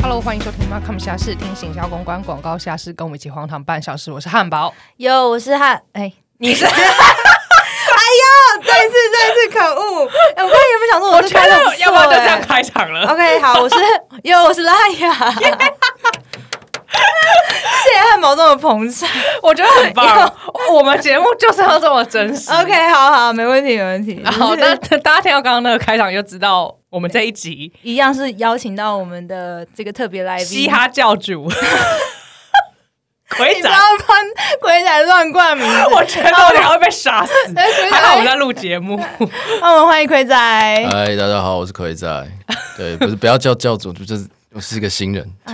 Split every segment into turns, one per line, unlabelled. Hello，欢迎收听《Markham 侠士》，听行销公关广告侠士，跟我们一起荒唐半小时。我是汉堡，
哟，我是汉，哎、
你是
再一次，再一次，可恶！哎、我刚才原本想说我是开的不错、哎
要不然就这样开场了。
OK，好，我是哟，我是拉雅。谢谢汉堡这么捧场。
我觉得很棒，我们节目就是要这么真 实。
OK，好好，没问题，没问题。
好，
就是
那大家听到刚刚那个开场就知道，我们这一集
一样是邀请到我们的这个特别来宾，
嘻哈教 主
你
鬼
不
仔
要，帮鬼仔乱冠名字。
我觉得我等下会被 杀死。
哎鬼
还好我们
仔，哦
在录节 目，
那我们欢迎鬼
哎
仔。
嗨，大家好，我是葵仔。 对，不是不要叫教主，就是我是一个新人。
啊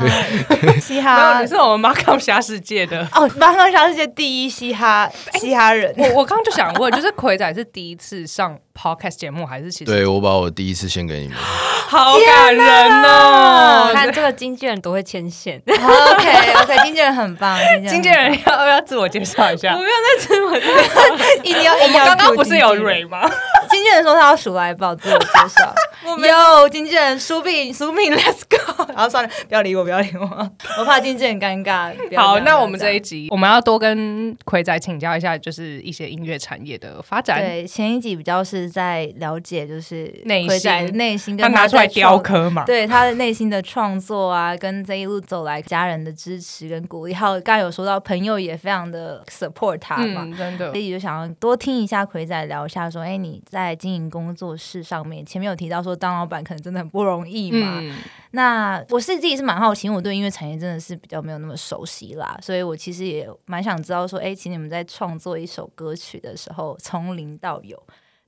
嘻
没有
哈
啊你是我们 Markham 侠世界的。
哦，马上上世界第一嘻哈
哎
嘻哈人。
我我刚刚就想问，就是葵仔是第一次上 podcast 节目，还是其实
对，我把我第一次献给你们。
好感人哦！
看这个经纪人多会牵线，
OK OK，经哦纪人很棒，
经纪人要要自我介绍一 下。
不用再吃我的。
一定要一定要 cue
刚刚不是有
经纪人
蕊吗？
经纪人说他要数来宝自我介 绍。有经纪人苏炳苏炳，Let's go。然后 算了，不要理我，不要理我，我怕经纪人尴尬。不要
好，
不要
那我们
不要
这一集我们要多跟葵仔请教一下，就是一些音乐产业的发展。
对前一集比较是在了解，就是
内心
奎仔内心跟
拿出来
在创
雕，刻嘛？
对他的内心的创作啊，跟这一路走来家人的支持跟鼓励，还有刚才有说到朋友也非常的 support 他嘛。
嗯，真的
所。以就想要多听一下奎仔聊一下，说，哎，你在经营工作室上面，前面有提到说当老板可能真的很不容易嘛，
嗯，
那我是自己是蛮好奇，因为我对音乐产业真的是比较没有那么熟悉啦，所以我其实也蛮想知道说，哎、其实你们在创作一首歌曲的时候，从零到有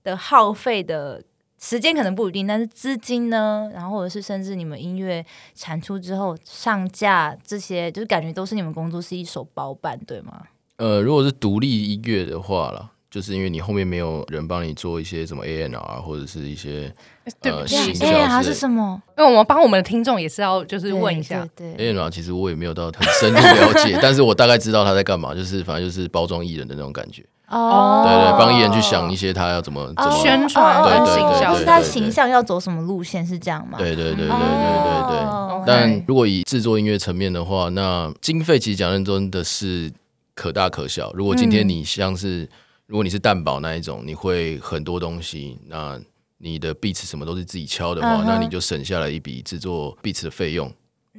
的耗费的时间可能不一定，但是资金呢，然后或者是甚至你们音乐产出之后上架这些，就是感觉都是你们工作室一手包办，对吗？
呃，如果是独立音乐的话啦，就是因为你后面没有人帮你做一些什么 ANR 或者是一些
对不
呃
起，
行
因
销
哎它
之
是
类的。
什么？
为我们帮我们的听众也是要就是问一下，
对对对
ANR 其实我也没有到很深入了 解，但是我大概知道他在干嘛，就是反正就是包装艺人的那种感觉。
哦
对对，帮艺人去想一些他要怎么怎么。
哦宣传
跟
对对
行
对
销
就是
对
他
对对
形象要走什么路线是这样吗？
对对对对对对对。
哦
但如果以制作音乐层面的话，那经费其实讲认真的是可大可小。如果今天你像
嗯
是、如果你是蛋堡那一种，你会很多东西，那你的 beats 什么都是自己敲的话，
嗯哼
那你就省下了一笔制作 beats 的费用。
嗯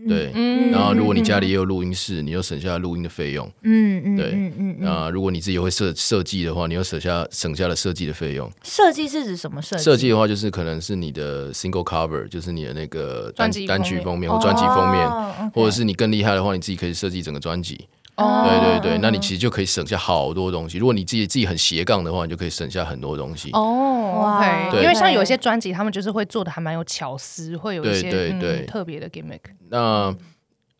对，
嗯
然后如果你家里也有录音室，你又省下了录音的费用。
嗯嗯，
对
嗯嗯嗯，
那如果你自己会设设计的话，你又省下省下了设计的费用。
设计是指什么设计？
设计的话，就是可能是你的 single cover，就是你的那个单
专辑
单曲
封
封面或专辑封面。
哦
或者是你更厉害的话，你自己可以设计整个专辑。
哦
对对对，那你其实就可以省下好多东西。如果你自己自己很斜杠的话，你就可以省下很多东西。
哦
哇
，OK，
对
因为像有一些专辑，他们就是会做的还蛮有巧思，会有一些
对对
嗯
对
特别的 gimmick。
那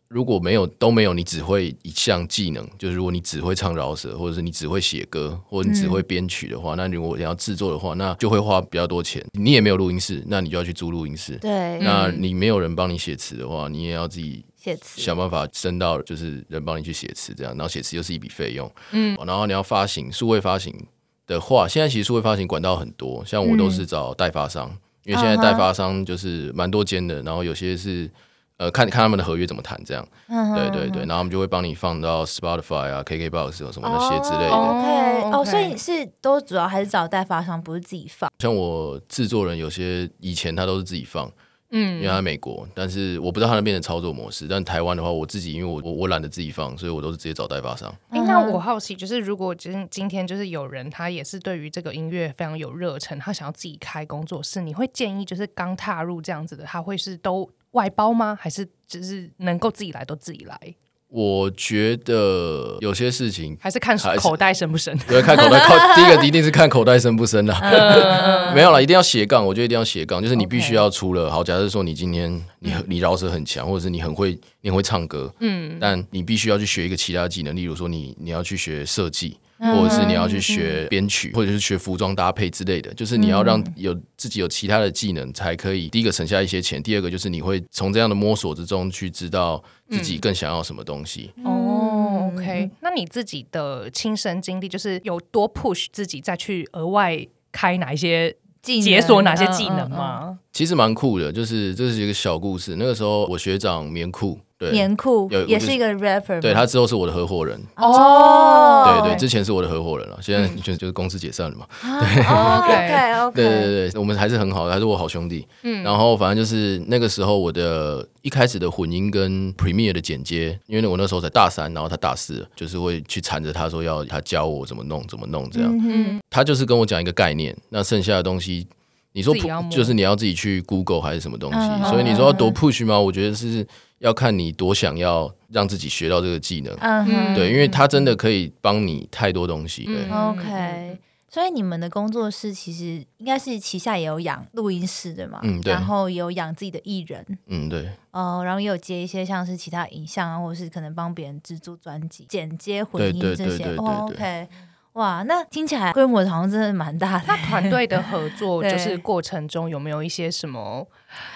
如果没有都没有，你只会一项技能，就是如果你只会唱饶舌，或者是你只会写歌，或者你只会编曲的话，那如果你要制作的话，那就会花比较多钱。你也没有录音室，那你就要去租录音室。
对
那你没有人帮你写词的话，你也要自己
写词
想办法升到就是人帮你去写词这样，然后写词又是一笔费用，嗯，然后你要发行数位发行的话，现在其实数位发行管道很多，像我都是找代发商，因为现在代发商就是蛮多间的，然后有些是。呃，看看他们的合约怎么谈，这样，对对对，然后他们就会帮你放到 Spotify 啊、KKBox 什么那些之类的。
OK，
哦
哦，
，OK
所以是都主要还是找代发商，不是自己放。
像我制作人有些以前他都是自己放，嗯，因为他在美国，但是我不知道他那边的操作模式。但台湾的话，我自己因为我我我懒得自己放，所以我都是直接找代发商。
诶那
嗯
我好奇，就是如果今今天就是有人他也是对于这个音乐非常有热忱，他想要自己开工作室，你会建议就是刚踏入这样子的，他会是都外包吗？还是就是能够自己来都自己来？
我觉得有些事情，
还是看
还是
口袋深不 深？
对，看口袋，靠第 一个一定是看口袋深不深啦。 没有啦，一定要斜杠，我觉得一定要斜杠，就是你必须要出了。好，假设说你今天你很你饶舌很强，或者是你很会你很会唱歌，嗯，但你必须要去学一个其他技能，例如说你你要去学设计。或者是你要去学编曲，或者是学服装搭配之类的，就是你要让有自己有其他的技能，才可以第一个省下一些钱，第二个就是你会从这样的摸索之中去知道自己更想要什么东西。
哦，OK，那你自己的亲身经历就是有多 push 自己再去额外开哪一些
技能
解锁哪些技能？
嗯嗯
吗？
其实蛮酷的，就是这是一个小故事。那个时候我学长棉裤，对
嗯棉裤
有
也
我就是
是一个 rapper，
对
吗
他之后是我的合伙人，
哦
对对，之前是我的合伙人了，啊现在就就是公司解散了嘛。
哦，OK OK，
对对对，我们还是很好的，还是我好兄弟。嗯，然后反正就是那个时候我的一开始的混音跟 Premiere 的剪接，因为我那时候才大三，然后他大四了，就是会去缠着他说要他教我怎么弄怎么弄这样。
嗯
他就是跟我讲一个概念，那剩下的东西，你说
自己要
pu-
摸
就是你要自己去 Google 还是什么东西，
嗯
所以你说要多 push 吗？我觉得是要看你多想要让自己学到这个技能，
嗯哼
对，因为他真的可以帮你太多东西，对。
嗯
OK，所以你们的工作室其实应该是旗下也有养录音室对吗？
嗯对
然后也有养自己的艺人，
嗯，对，
哦，然后也有接一些像是其他影像啊，或者是可能帮别人制作专辑、剪接、混音
对对
这些
对对。对
哦
对
OK，哇，那听起来规模好像真的蛮大的
那。团队的合作
对
就是过程中有没有一些什么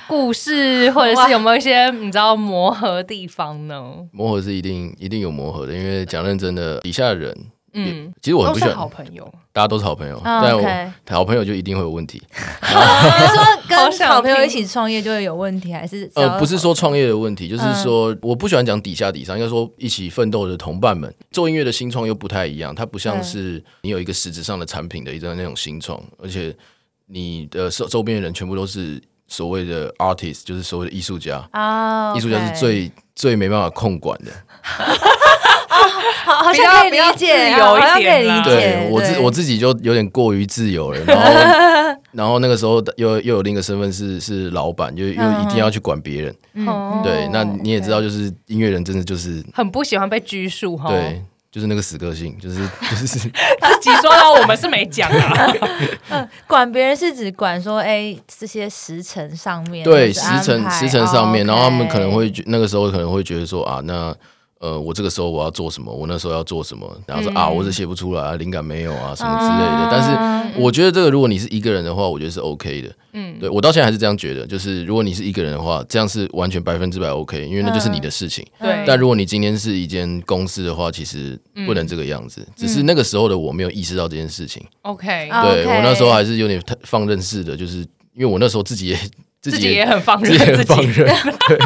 故事，或者是有没有一些你知道磨合地方呢？
磨合是一定一定有磨合的，因为讲认真的，底下的人，
嗯，
其实我很
都
不
是
喜
好哦
欢，
朋友，
大家都是好朋友，
嗯
但
OK
哦我好朋友就一定会有问题，
你说
好
跟
想
好朋友
听
一起创业就会有问题，还是只要
呃，不是说创业的问题，就是说我不喜欢讲底下底上，应该说一起奋斗的同伴们。做音乐的新创又不太一样，它不像是你有一个实质上的产品的一个那种新创，而且你的周周边的人全部都是所谓的 artist，就是所谓的艺术家。
啊，
艺术家
OK
是最最没办法控管的。
好，好
比较
像可以
比较
理解，
自由
好
一
像可
点
以
啦
理
对
解。
我自我自己就有点过于自由了，然后然后那个时候又又有另一个身份是是老板，又又一定要去管别人。
嗯
哦
对，那你也知道，就是音乐人真的就是
很不喜欢被拘束
哦
哈。
对，就是那个死个性，就是 就是
自己说到我们是没讲
嗯
啊。
管别人是指管说，哎，这些时辰上面
对
或是
时
安
辰
排
时辰上面，
哦
然后他们
OK
可能会觉那个时候可能会觉得说啊，那呃我这个时候我要做什么，我那时候要做什么，然后说、
嗯
啊我这写不出来啊，灵感没有啊什么之类的。但是我觉得这个如果你是一个人的话，我觉得是 OK 的。嗯，对我到现在还是这样觉得，就是如果你是一个人的话，这样是完全百分之百 OK，因为那就是你的事情。
嗯
对，
但如果你今天是一间公司的话，其实不
嗯
能这个样子。只是那个时候的我没有意识到这件事情。
OK，
啊
对
OK
我那时候还是有点太放任式的，就是因为我那时候自己也自
自己
己
也
也
很放
自己
任
也
自
很放
己。
任，对，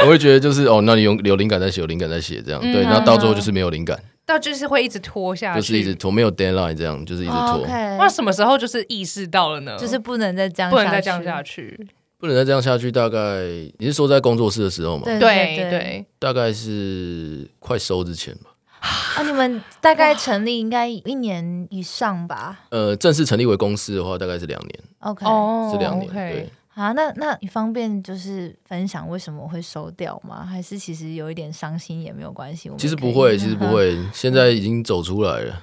我会觉得就是哦，那你有有灵感再写，有灵感再写这样，对，那到最后就是没有灵感，
到就是会一直拖下去，
就是一直拖，没有 deadline 这样，就是一直
哦
拖，
，OK
那什么时候就是意识到了呢？
就是不能再这样，
不能再这样下
下去。
去。
不能再这样下去。大概你是说在工作室的时候嘛？
对
对
对
对，
大概是快收之前吧。
啊，你们大概成立应该一年以上吧
呃，正式成立为公司的话，大概是两年，
？OK，
哦
是两年。对
OK，，
啊，那那你方便就是分享为什么会收掉吗？还是其实有一点伤心也没有关系？我们
其实
也可以
不会，其实不会，现在已经走出来了。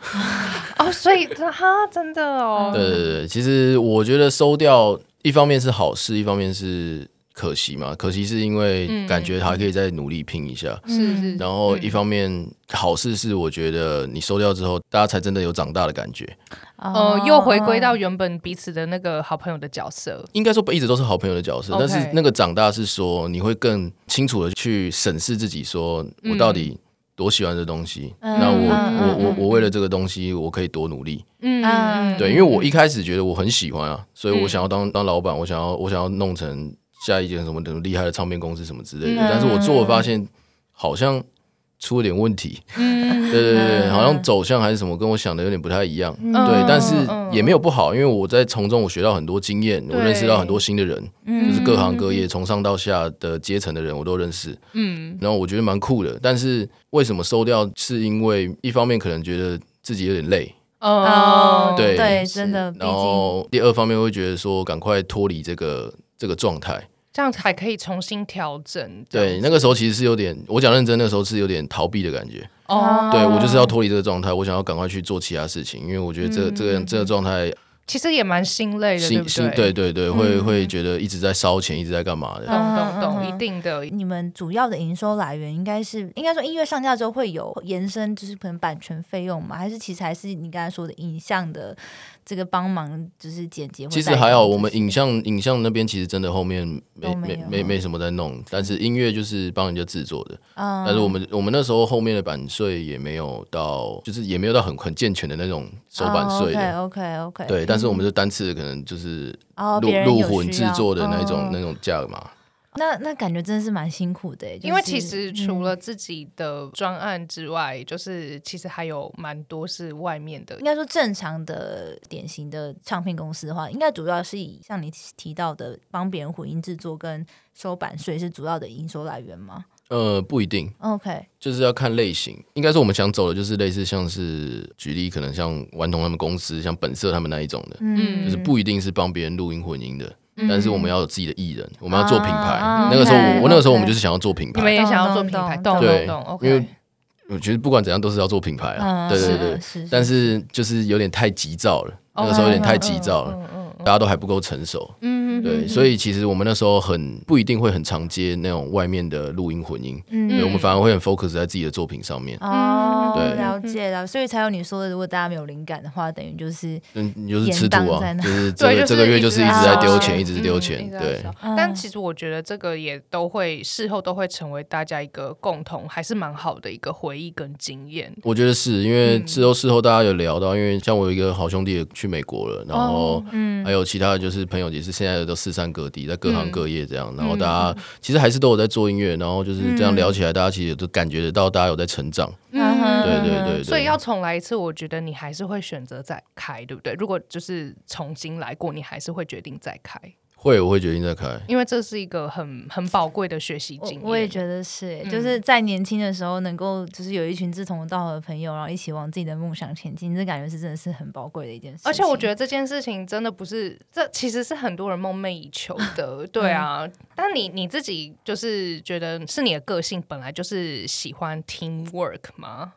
哦，所以哈，真的
嗯
哦，
对对对，其实我觉得收掉一方面是好事，一方面是可惜嘛。可惜是因
嗯
为感觉还可以再努力拼一下，
是是
然后一方面好事是我觉得你收掉之后，大家才真的有长大的感觉。
嗯
呃，又回归到原本彼此的那个好朋友的角色。
应该说一直都是好朋友的角色，
OK
但是那个长大是说你会更清楚的去审视自己，说我到底多喜欢这东西，
嗯
那我
嗯
我我
嗯
我为了这个东西我可以多努力。
嗯，
对，因为我一开始觉得我很喜欢啊，所以我
嗯
想要当当老板，我想要我想要弄成下一间什么很厉害的唱片公司什么之类的。
嗯
但是我做了发现，好像出了点问题。对对对对，
嗯
好像走向还是什么，跟我想的有点不太一样。对
嗯，
但是
嗯
也没有不好，因为我在从中我学到很多经验，我
对
认识到很多新的人，
嗯
就是各行各业从上到下的阶层的人我都认识。
嗯
然后我觉得蛮酷的，但是为什么收掉？是因为一方面可能觉得自己有点累，
哦，
对
嗯对，
是
真的，毕
然
竟
后第二方面会觉得说，赶快脱离这个这个状态。
这样才可以重新调整。这
对，
样
那个时候其实是有点，我讲认真，那个时候是有点逃避的感觉。
哦，
啊
对我就是要脱离这个状态，我想要赶快去做其他事情，因为我觉得这
嗯
这个这个状态
其实也蛮心累的，对
心
不
心对
对？
对对，
嗯
会会觉得一直在烧钱，一直在干嘛的。
懂懂
嗯嗯
懂，
嗯
一定的。
你们主要的营收来源应该是，应该说音乐上架之后会有延伸，就是可能版权费用嘛，还是其实还是你刚才说的影像的这个帮忙就是剪辑或代工这
其
些？
实还好，我们影像影像那边其实真的后面没
都没
没
有
没没什么在弄，但是音乐就是帮人家制作的。
嗯，
但是我们我们那时候后面的版税也没有到，就是也没有到很很健全的那种收版
哦
税的。
o k OK OK，
对，但是我们就单次可能就是
嗯哦，
录
别人
录
有
混
需
制
要
作的那种
哦
那种价格嘛。
那那感觉真的是蛮辛苦的耶，就是
因为其实除了自己的专案之外，就是其实还有蛮多是外面的
应。该说正常的典型的唱片公司的话，应该主要是以像你提到的帮别人混音制作跟收版税是主要的营收来源吗
呃，不一定，
？OK，
就是要看类型。应该是我们想走的就是类似像是举例，可能像顽童他们公司，像本色他们那一种的，
嗯，
就是不一定是帮别人录音混音的。但是我们要有自己的艺人，我们要做品牌。
啊
那个时候我，
OK，
我那个时候我们
OK
就是想要做品
你们
牌，
也想要做
懂
品牌，
懂
懂
对
懂懂，OK。
因为我觉得不管怎样都是要做品牌啊。
嗯，
对对
是
对，
是，
但
是哦嗯
是就是有点太急躁了，那个时候有点太急躁了，大家都还不够成熟。
嗯，嗯
对，所以其实我们那时候很不一定会很常接那种外面的录音混音，
嗯
对，我们反而会很 focus 在自己的作品上面。
哦，
对
了解了，所以才有你说的，如果大家没有灵感的话，等于就是
嗯，你就是吃土
延宕在
啊，
那
就是这
对，
个这个月就是一直在丢钱，
烧
一直丢钱
嗯一，直在
对
烧。但其实我觉得这个也都会事后都会成为大家一个共同，还是蛮好的一个回忆跟经验。
我觉得是因为之后事后大家有聊到，因为像我有一个好兄弟也去美国了，然后还有其他的就是朋友也是现在都四散各地，在各行各业这样，然后大家其实还是都有在做音乐，然后就是这样聊起来，大家其实都感觉得到大家有在成长，
嗯
对对对对。
所以要重来一次，我觉得你还是会选择再开，对不对？如果就是重新来过，你还是会决定再开，
会我会决定再开，
因为这是一个很很宝贵的学习
我
经验。嗯
我也觉得是耶，就是在年轻的时候能够就是有一群志同道合的朋友，然后一起往自己的梦想前进，这感觉是真的是很宝贵的一件事情。
而且我觉得这件事情真的不是，这其实是很多人梦寐以求 的，对啊。但你你自己就是觉得是你的个性本来就是喜欢 team work 吗？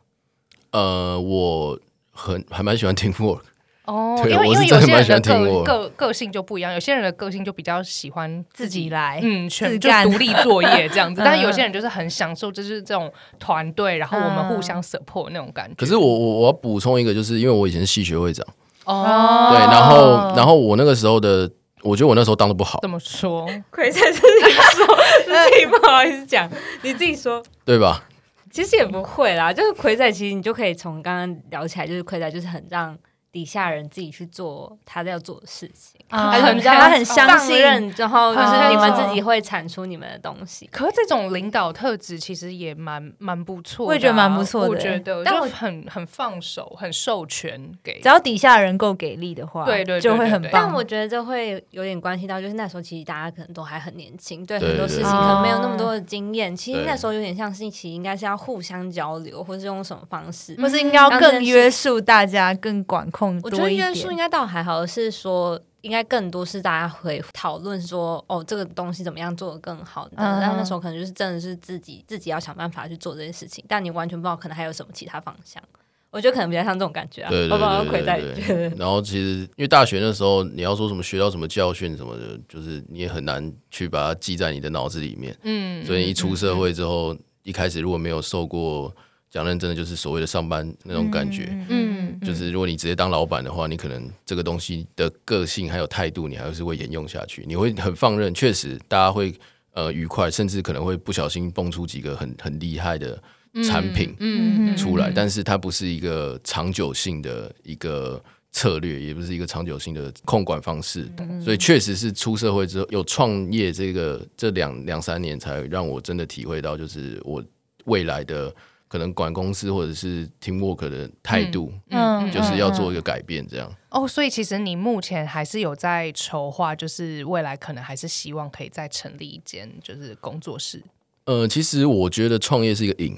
呃，我很还蛮喜欢听 work，
哦
对
因为因
我是
为有
真的
些
蛮
人
喜欢
的个
team work
个个性就不一样，有些人的个性就比较喜欢
自己来，
嗯，全
自
就
干
独立作业这样 子，
嗯
但是有些人就是很享受，就是这种团队，然后我们
嗯
互相 support 那种感觉。
可是我我我要补充一个，就是因为我以前是系学会长，
哦，
对，然后然后我那个时候的，我觉得我那时候当的不好
怎，么说？
亏在自己说， 自己不好意思讲，你自己说。
对 吧？
其实也不会啦，就是亏在，其实你就可以从刚刚聊起来，就是亏在就是很让底下人自己去做他要做的事情，
嗯
啊
还是比较
他很相信
放任，然后就是
哦
你们自己会产出你们的东西。
可是这种领导特质其实也蛮蛮不错的啊，
我也觉得蛮不错的
我觉得，
但
就
我
很很放手，很授权给
只。要底下人够给力的话，
对对对
就会很
对对
棒。
但我觉得这会有点关系到，就是那时候其实大家可能都还很年轻，对
对
很多
对
事
对
情可能没有
哦
那么多的经验。其实
对
那时候有点像是，其实应该是要互相交流，或是用什么方式。
或是应该要
让这件
更
事
约束大家，更管控
我觉得
多一点。
约束应该倒还好，而是说应该更多是大家会讨论说，哦，这个东西怎么样做得更好。但
嗯
但那时候可能就是真的是自己自己要想办法去做这件事情，但你完全不知道可能还有什么其他方向。我觉得可能比较像这种感觉啊，
对对
我不知道
对
亏在
对对 对。然后其实因为大学那时候，你要说什么学到什么教训什么的，就是你也很难去把它记在你的脑子里面。
嗯
所以一出社会之后，一开始如果没有受过讲认真的，就是所谓的上班那种感觉。
嗯
就是如果你直接当老板的话，你可能这个东西的个性还有态度，你还是会沿用下去，你会很放任。确实，大家会呃愉快，甚至可能会不小心蹦出几个很很厉害的产品
嗯
出来，但是它不是一个长久性的一个策略，也不是一个长久性的控管方式。所以确实是出社会之后，有创业这个这两两三年，才让我真的体会到，就是我未来的。可能管公司或者是 teamwork 的态度，
嗯
就是要做一个改变，这样。
哦，所以其实你目前还是有在筹划，就是未来可能还是希望可以再成立一间就是工作室。
呃，其实我觉得创业是一个瘾，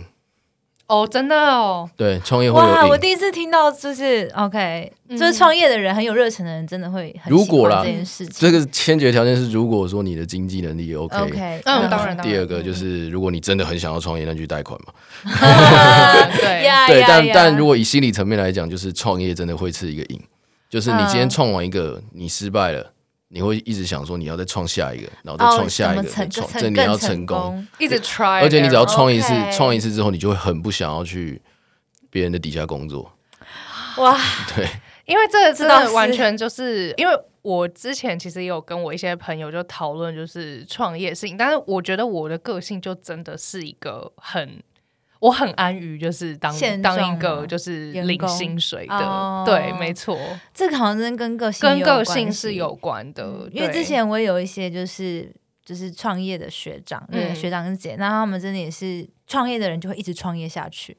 哦，真的哦，
对，创业会
哇！
有
我
瘾。
第一次听到，就是 OK，、就是
嗯
创业的人很有热忱的人，真的会很
如果
喜欢
啦
这件事情。
这个先决条件是，如果说你的经济能力 OK。
OK，
嗯
那
当然当然
第二个就是，如果你真的很想要创业，那就去贷款嘛。
对，
呀哎
对，
呀
但
呀
但如果以心理层面来讲，就是创业真的会是一个瘾，就是你今
嗯
天创完一个，你失败了，你会一直想说你要再创下一个，然后再
哦，
创
怎
下一
么
个，再
成
创
成
这你
更
要
成
成功。
功，
一直 try，
而且你只要
error
创一次
OK，
创一次之后，你就会很不想要去别人的底下工作。
哇！
对，
因为这个
这
真
倒
的
是
完全就是因为我之前其实也有跟我一些朋友就讨论就是创业事情，但是我觉得我的个性就真的是一个很。我很安于就是当
现状
当一
吗
个就是
员
领
工
薪水的，
哦
对，没错，
这个好像真跟个性
跟
也有
个
关
性
系嗯
是有关的。
因为
对
之前我也有一些就是就是创业的学长，对、
嗯
学长跟姐，那他们真的也是创业的人就会一直创业下去，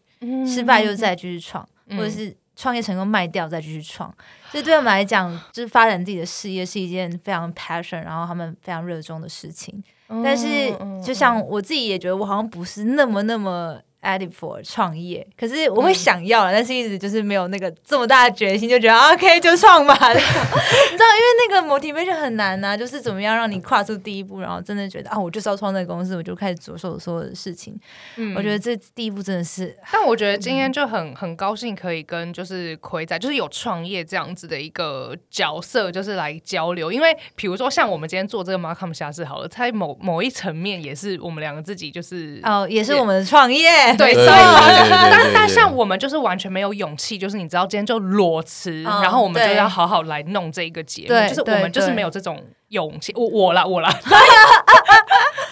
失败就再继续创，
嗯
或者是创业成功卖掉再继续创。这对他们来讲，就是发展自己的事业是一件非常 passion，然后他们非常热衷的事情。
嗯，
但是
嗯
就像我自己也觉得，我好像不是那么那么。addict for 创业，可是
嗯
我会想要了，但是一直就是没有那个这么大的决心，就觉得啊 OK 就创吧。 你知道，因为那个 motivation 很难呐、就是怎么样让你跨出第一步，然后真的觉得啊，我就是要创这个公司，我就开始着手所有的事情。
嗯
我觉得这第一步真的是
但我觉得今
嗯
天就很很高兴，可以跟就是葵仔，就是有创业这样子的一个角色，就是来交流。因为比如说像我们今天做这个 Markham 下士好了，在某某一层面也是我们两个自己就是。
哦，也是我们的创业，
对，所以
对对对对对
但
对
但像我们就是完全没有勇气，就是你知道，今天就裸辞，
嗯
然后我们就
对
要好好来弄这一个节
对
目，就是我们
对
就是
对
没有这种勇气。我我啦， 我啦，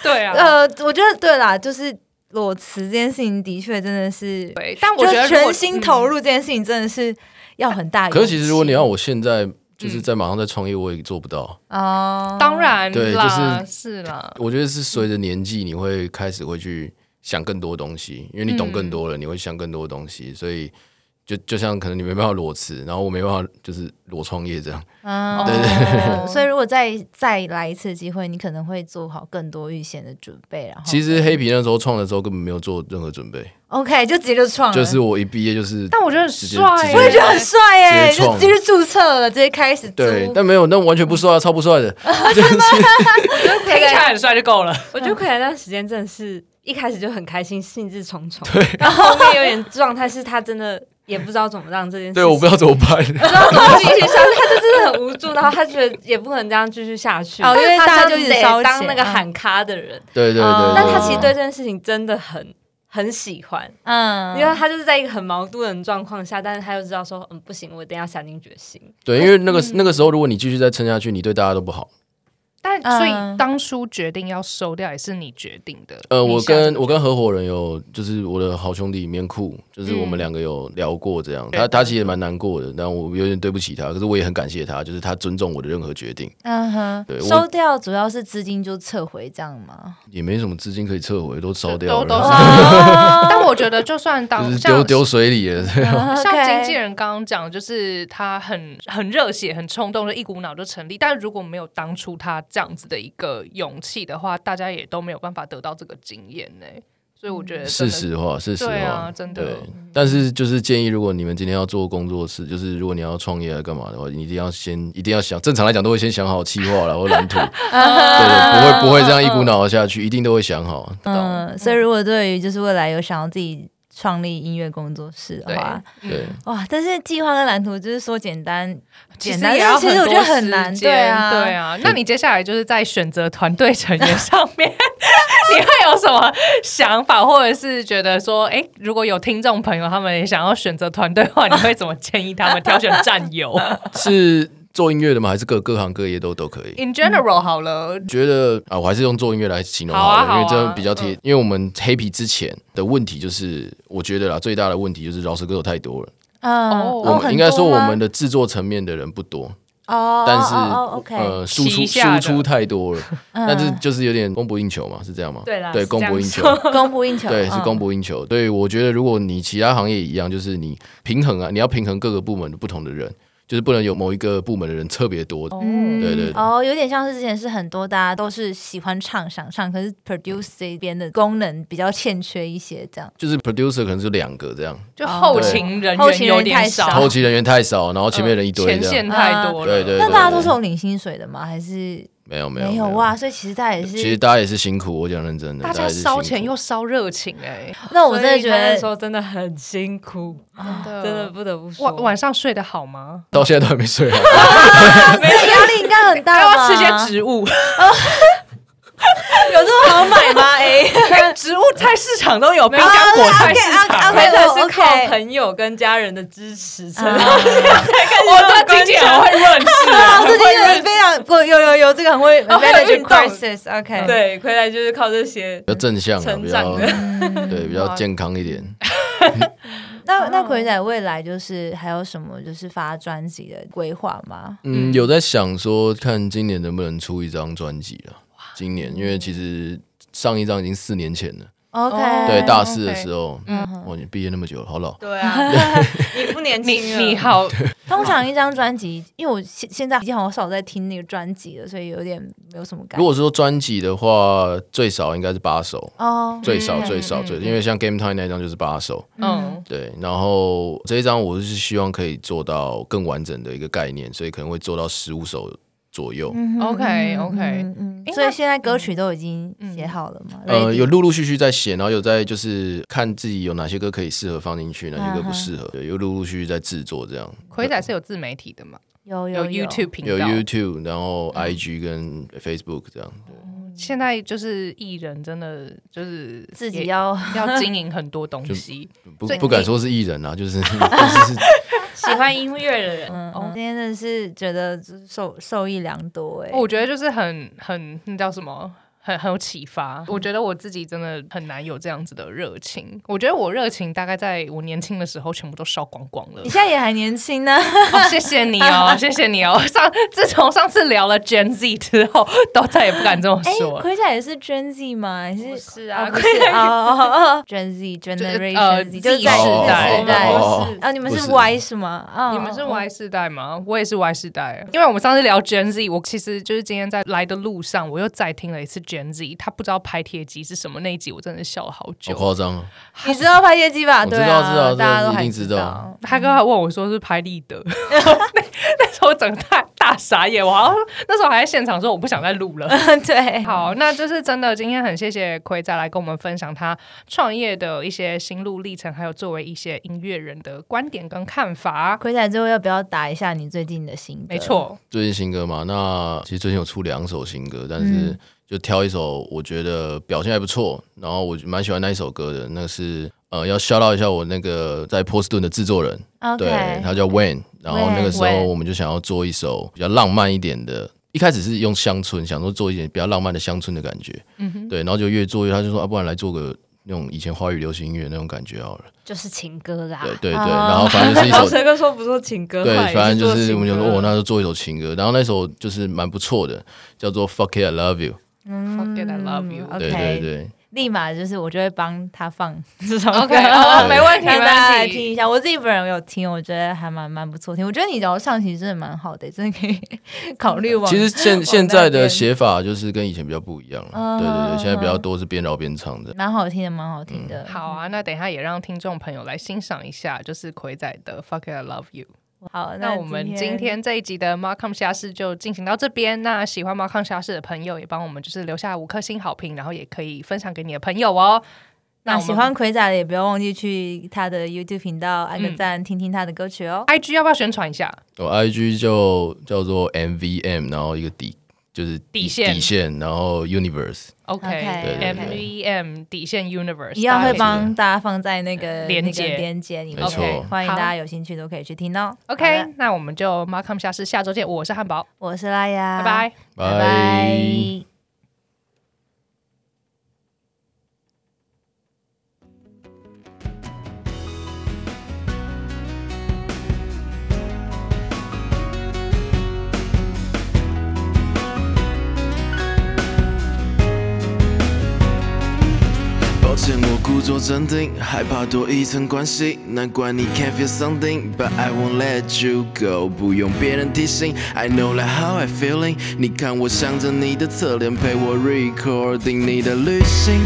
对啊，
呃，我觉得对啦，就是裸辞这件事情的确真的是，
对。但我
就
觉得如果嗯
全心投入这件事情真的是要很大勇气。
可是其实如果你要我现在
嗯
就是在马上在创业，我也做不到。
哦，
当然
对
啦，是啦，
我觉得是随着年纪，你会开始会去想更多东西，因为你懂
嗯
更多了，你会想更多东西，所以。就就像可能你没办法裸辞，然后我没办法就是裸创业这样，
嗯，
对对 对
所以如果再再来一次机会，你可能会做好更多预先的准备，然后
其实黑皮那时候创的时候根本没有做任何准备，
OK 就直接就
嗯
创了，
就是我一毕业就是，
但我觉得很
直接
帅欸耶，
直接
我也觉得很 帅耶、
直接
就
创
直接注册了，直接开始
对
租，
但没有，那完全不帅啊，超不帅的，
嗯
听起 来很帅就够了。
我觉得可能那段时间真的是一开始就很开心，兴致冲冲，然后后面有点状态是他真的也不知道怎么让这件事情，
对，我不知道怎么办。
不知道 怎么继续下去，他就真的很无助，然后他觉得也不能这样继续下去，
哦因为
他
大家
真
就一
的
直烧
得当
钱
那个
嗯
喊咖的人，
对对对
哦
对，
但
对
他其实对这件事情真的很很喜欢，
嗯，
因为他就是在一个很矛盾的状况下，但是他又知道说，嗯，不行，我一定要下定决心。
对，因为那个
嗯
那个时候，如果你继续再撑下去，你对大家都不好。
但所
嗯
以当初决定要收掉也是你决定的。
呃，我
你下这
跟
个
我跟合伙人有，就是我的好兄弟面库，就是我们
嗯
两个有聊过这样。他他其实也蛮难过的，但我有点对不起他，可是我也很感谢他，就是他尊重我的任何决定，
嗯哼
对，我
收掉主要是资金就撤回这样吗？
也没什么资金可以撤回，都烧掉
都 都
了，
是。 但我觉得就算当
就是
像
丢丢水里了。
像经纪
哦 OK
人刚刚讲，就是他很很热血、很冲动，就一股脑就成立。但如果没有当初他这样子的一个勇气的话，大家也都没有办法得到这个经验呢。所以我觉得真
是
的
实话，是实话，
对啊真的
对但是就是建议，如果你们今天要做工作室，就是如果你要创业来啊干嘛的话，你一定要先一定要想，正常来讲都会先想好计划啦，或蓝 图，
嗯
对，不会不会这样一
嗯
股脑的下去，一定都会想好。
嗯，所以如果对于就是未来有想要自己创立音乐工作室的
对
话，
对，
嗯
哇，但是计划跟蓝图就是说简单，
其
简
实
单
也要
因为其实我觉得
多
很难
时间
对啊
对啊。那你接下来就是在选择团队成员上 面，你会有什么想法，或者是觉得说，哎、如果有听众朋友他们也想要选择团队的话，你会怎么建议他们挑选战友
是做音乐的吗？还是各各行各业都都可以？
？In general，好了，
觉得啊，我还是用做音乐来形容好了，
好啊好啊
因为这比较贴。因为我们黑皮之前的问题就是，我觉得啦，最大的问题就是饶舌歌手太多了。
嗯，
哦
我们应该说我们
的
的制作层面的人不多，
哦，
但是、
哦哦 OK，
呃，输出
旗下的
输出太多了，
嗯
但是就是有点供不应求嘛，是这样吗？
对啦
对，
是
供
这
不
样
应求，
说
供不应求，
对，
嗯
是供不应求。对，我觉得如果你其他行业一样，就是你平衡啊，你要平衡各个部门的不同的人，就是不能有某一个部门的人特别多。
嗯，
对对对
哦，有点像是之前是很多大家都是喜欢唱想唱，可是 produce 这边的功能比较欠缺一些，这样
就是 producer 可能就两个这样，
就哦后勤人
后勤
员有
人员太
点
少
啊
少，
后期人员太少，然后前面人一堆
呃
前
这样。
线太多了，
嗯对对对
那大家都是有领薪水的吗？还是
没有没有
没有哇？所以其实大家也
其实
是，
大家也是辛苦，我讲认真的，
大
也
家
是辛
烧
苦
钱又烧热情、欸诶，
那我真的觉
所以他那
得
时候哦真的嗯很辛苦，
哎，真的
真的不得不说，
晚晚上睡得好吗？
到现在都还没 睡好。啊
压力应该很
还
啊
大
要
吧？
吃些植物，
有这么好买吗？哎、
植物菜市场都有啊冰
好
干
啦
果菜市
OK，OK，
场。
葵仔是
OK，
靠朋友跟家人的支持撑。
我这经纪人会认识啊
啊，这件事非常过，有有有，这个很 会
运
manage
动
crisis。OK，，
嗯 对，葵仔就是靠这些
比较正向啊，
成
比
长
较
的。
嗯
对比较健康一点。
那那葵仔未来就是还有什么就是发专辑的规划吗？
嗯，有在想说看今年能不能出一张专辑了。今年，因为其实上一张已经四年前了，
OK，
对
嗯
大四的
OK 嗯
时候，哇，你毕业那么久了，好老。
嗯对啊，你不年
你
轻了，
你好，
通常一张专辑，因为我现现在已经好少在听那个专辑了，所以有点没有什么感
如。果说专辑的话，最少应该是八首，
哦，
最少
嗯
最少
嗯
最，
嗯
因为像 Game Time 那张就是八首，
嗯，
对。然后这一张我是希望可以做到更完整的一个概念，所以可能会做到十五首左右。
嗯
OK，OK
嗯嗯
诶
所以
那
现在歌曲都已经写好了吗？
呃，
Ready？
有陆陆续续在写，然后有在就是看自己有哪些歌可以适合放进去，
嗯
哪些歌不适合，对，又陆陆续续在制作这样。
葵仔是有自媒体的嘛？
有
有
有
YouTube 频
有
道。
YouTube，然后 IG 跟 Facebook 这样。
现在就是艺人，真的就是
自己
也
要
要经营很多东西。
不
所以
不敢
你
说是艺人啊，就 是就是
喜欢音乐的人，
嗯，嗯今天真的是觉得就是受受益良多哎、
我觉得就是很很那叫什么，很很有启发。我觉得我自己真的很难有这样子的热情。我觉得我热情大概在我年轻的时候全部都烧光光 了
你。现在也还年轻呢，
哦，谢谢你哦，谢谢你哦。上自从上次聊了 Gen Z 之后，都再也不敢这么
哎、
说了。
葵仔也是 Gen Z 吗？还是
是啊
哦不是哦哦哦 Gen Z Generation Z
就
就是
呃 Z
哦
世代
哦哦哦
代
啊，你们
不
是
是
Y 是吗？哦
你们是
哦
Y 世代吗？我也是 Y 世代，啊因为我们上次聊 Gen Z，我其实就是今天在来的路上，我又再听了一次 Gen Z，他不知道拍贴机是什么那一集，我真的笑了好
好
久。
夸张啊！
你知道拍业绩吧？
我知
对
道
啊，
知道
大家
这
都
一
还
定知道。
他哥还问我说是拍立得， 然后那那时候我整个大大傻眼，我好像那时候还在现场说我不想再录了。
对，
好，那就是真的，今天很谢谢葵仔来跟我们分享他创业的一些心路历程，还有作为一些音乐人的观点跟看法。
葵仔最后要不要打一下你最近的心？
没，错，
最近新歌嘛，那其实最近有出两首新歌，但是
嗯
就挑一首我觉得表现还不错，然后我就蛮喜欢那一首歌的，那是呃要 shout out 一下我那个在波士顿的制作人
OK
对他叫 Wayne，然后那个时候
Wayne
我们就想要做一首比较浪漫一点的。一开始是用乡村，想说做一点比较浪漫的乡村的感觉，
嗯
对，然后就越做越，他就说啊，不然来做个那种以前华语流行音乐那种感觉好了，
就是情歌啦
对。对对，
哦
啊
然后反正就是一
老
首
蛇哥说不说情歌，
对，反正就是我们就
就做
说，
情歌
哦，那就做一首情歌，然后那首就是蛮不错的，叫做《Fuck It I Love You》。
Forget I love you
嗯
对
OK
对对，
立马就是我就会帮他放这首
OK，
歌
哦，没问题，
让
没
大家来
问
听
题。
一下。我自己本人有听，我觉得还蛮蛮不错听。我觉得你聊上期真的蛮好的，真的可以 考虑往。
其实现
边
现在的写法就是跟以前比较不一样
嗯
了。对对对，现在比较多是边绕边唱的。
蛮好听的，蛮好听的。
好啊，那等一下也让听众朋友来欣赏一下，就是葵仔的《Fuck It, I Love You》。
好，
那我们今天这一集的 Markham 虾事就进行到这边。那喜欢 Markham 虾事的朋友，也帮我们就是留下五颗星好评，然后也可以分享给你的朋友哦。
那
我们
喜欢葵仔的也不要忘记去他的 YouTube 频道按
嗯
个赞，听听他的歌曲哦。
IG 要不要宣传一下？
我 IG 哦就叫做 MVM，然后一个底就是
底线
底线，然后 Universe。
OK，,
对
对
M V M 底线 Universe
一样会
大家可以
帮大家放在那个
连
那个
结
连接里面，
没错
OK，欢迎
好
大家有兴趣都可以去听哦。好的
OK，那我们就 Markham 下事，下周见。我是汉堡，
我是拉雅，
拜拜。
拜拜。
抱歉，我故作镇定，害怕多一层关系。难怪你 can feel something，but I won't let you go。不用别人提醒，I know like how I feeling。你看我向着你的侧脸，陪我 recording 你的旅行，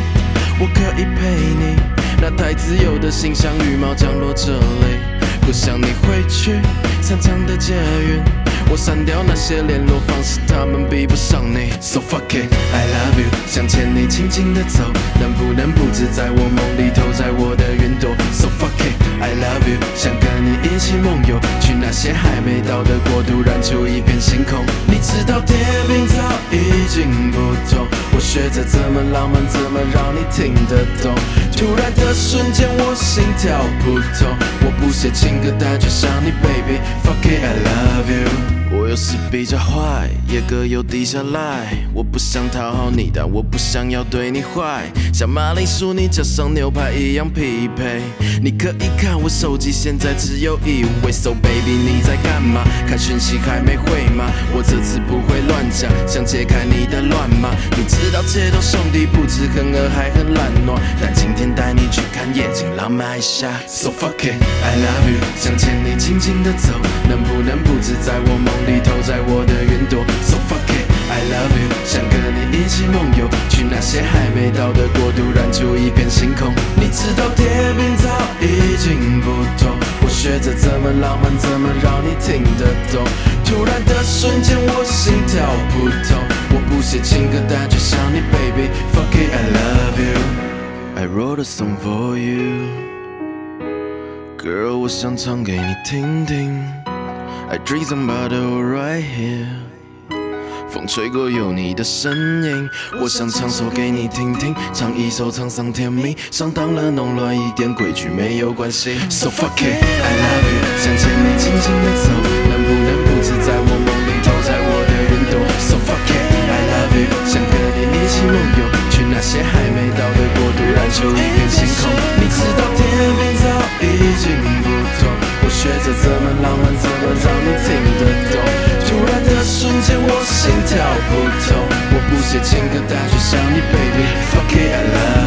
我可以陪你。那台自由的心像羽毛降落这里，不想你回去。长长的捷运，我删掉那些联络方式，他们比不上你。So fuck it，I love you。想牵你轻轻的走，能不能不止在我梦里头，在我的云朵？So fuck it，I love you。想跟你一起梦游，去那些还没到的国度，燃出一片星空。你知道天平早已经不同，我需
学着怎么浪漫，怎么让你听得懂。突然的瞬间，我心跳扑通。我不写情歌，但却想你，baby，fuck it，I love you。我有时比较坏，也各有低下来。我不想讨好你，但我不想要对你坏。像马铃薯，你加上牛排一样匹配。你可以看我手机，现在只有一位。So baby，你在干嘛？看讯息还没回吗？我这次不会乱讲，想解开你的乱麻。你知道街头兄弟不止很饿，还很懒惰。但今天带你去看夜景，浪漫一下。So fuck it，I love you，想牵你轻轻的走，能不能不止在我梦里头，在我的云朵？So fuck it。I love you，想跟你一起梦游，去那些还没到的国度，燃出一片星空。你知道天平早已经不同，我学着怎么浪漫，怎么让你听得懂。突然的瞬间，我心跳扑通。我不写情歌，但却想你，baby，fuck it，I love you。I wrote a song for you。Girl，我想唱给你听听。I dream somebody right here。风吹过有你的身影，我想唱首给你听听，唱一首沧桑甜蜜，上当了弄乱一点规矩没有关系。So fuck it, I love you，想牵你轻轻的走，能不能不止在我梦里头，在我的云朵？So fuck it, I love you，想跟你一起梦游，去那些还没到的国度，燃出一片星空。你知道天平早已经不同，我学着怎么浪漫，怎么让你听得懂。突然的瞬间，我心跳扑通，我不写情歌，但却想你，baby，fuck it，I love you。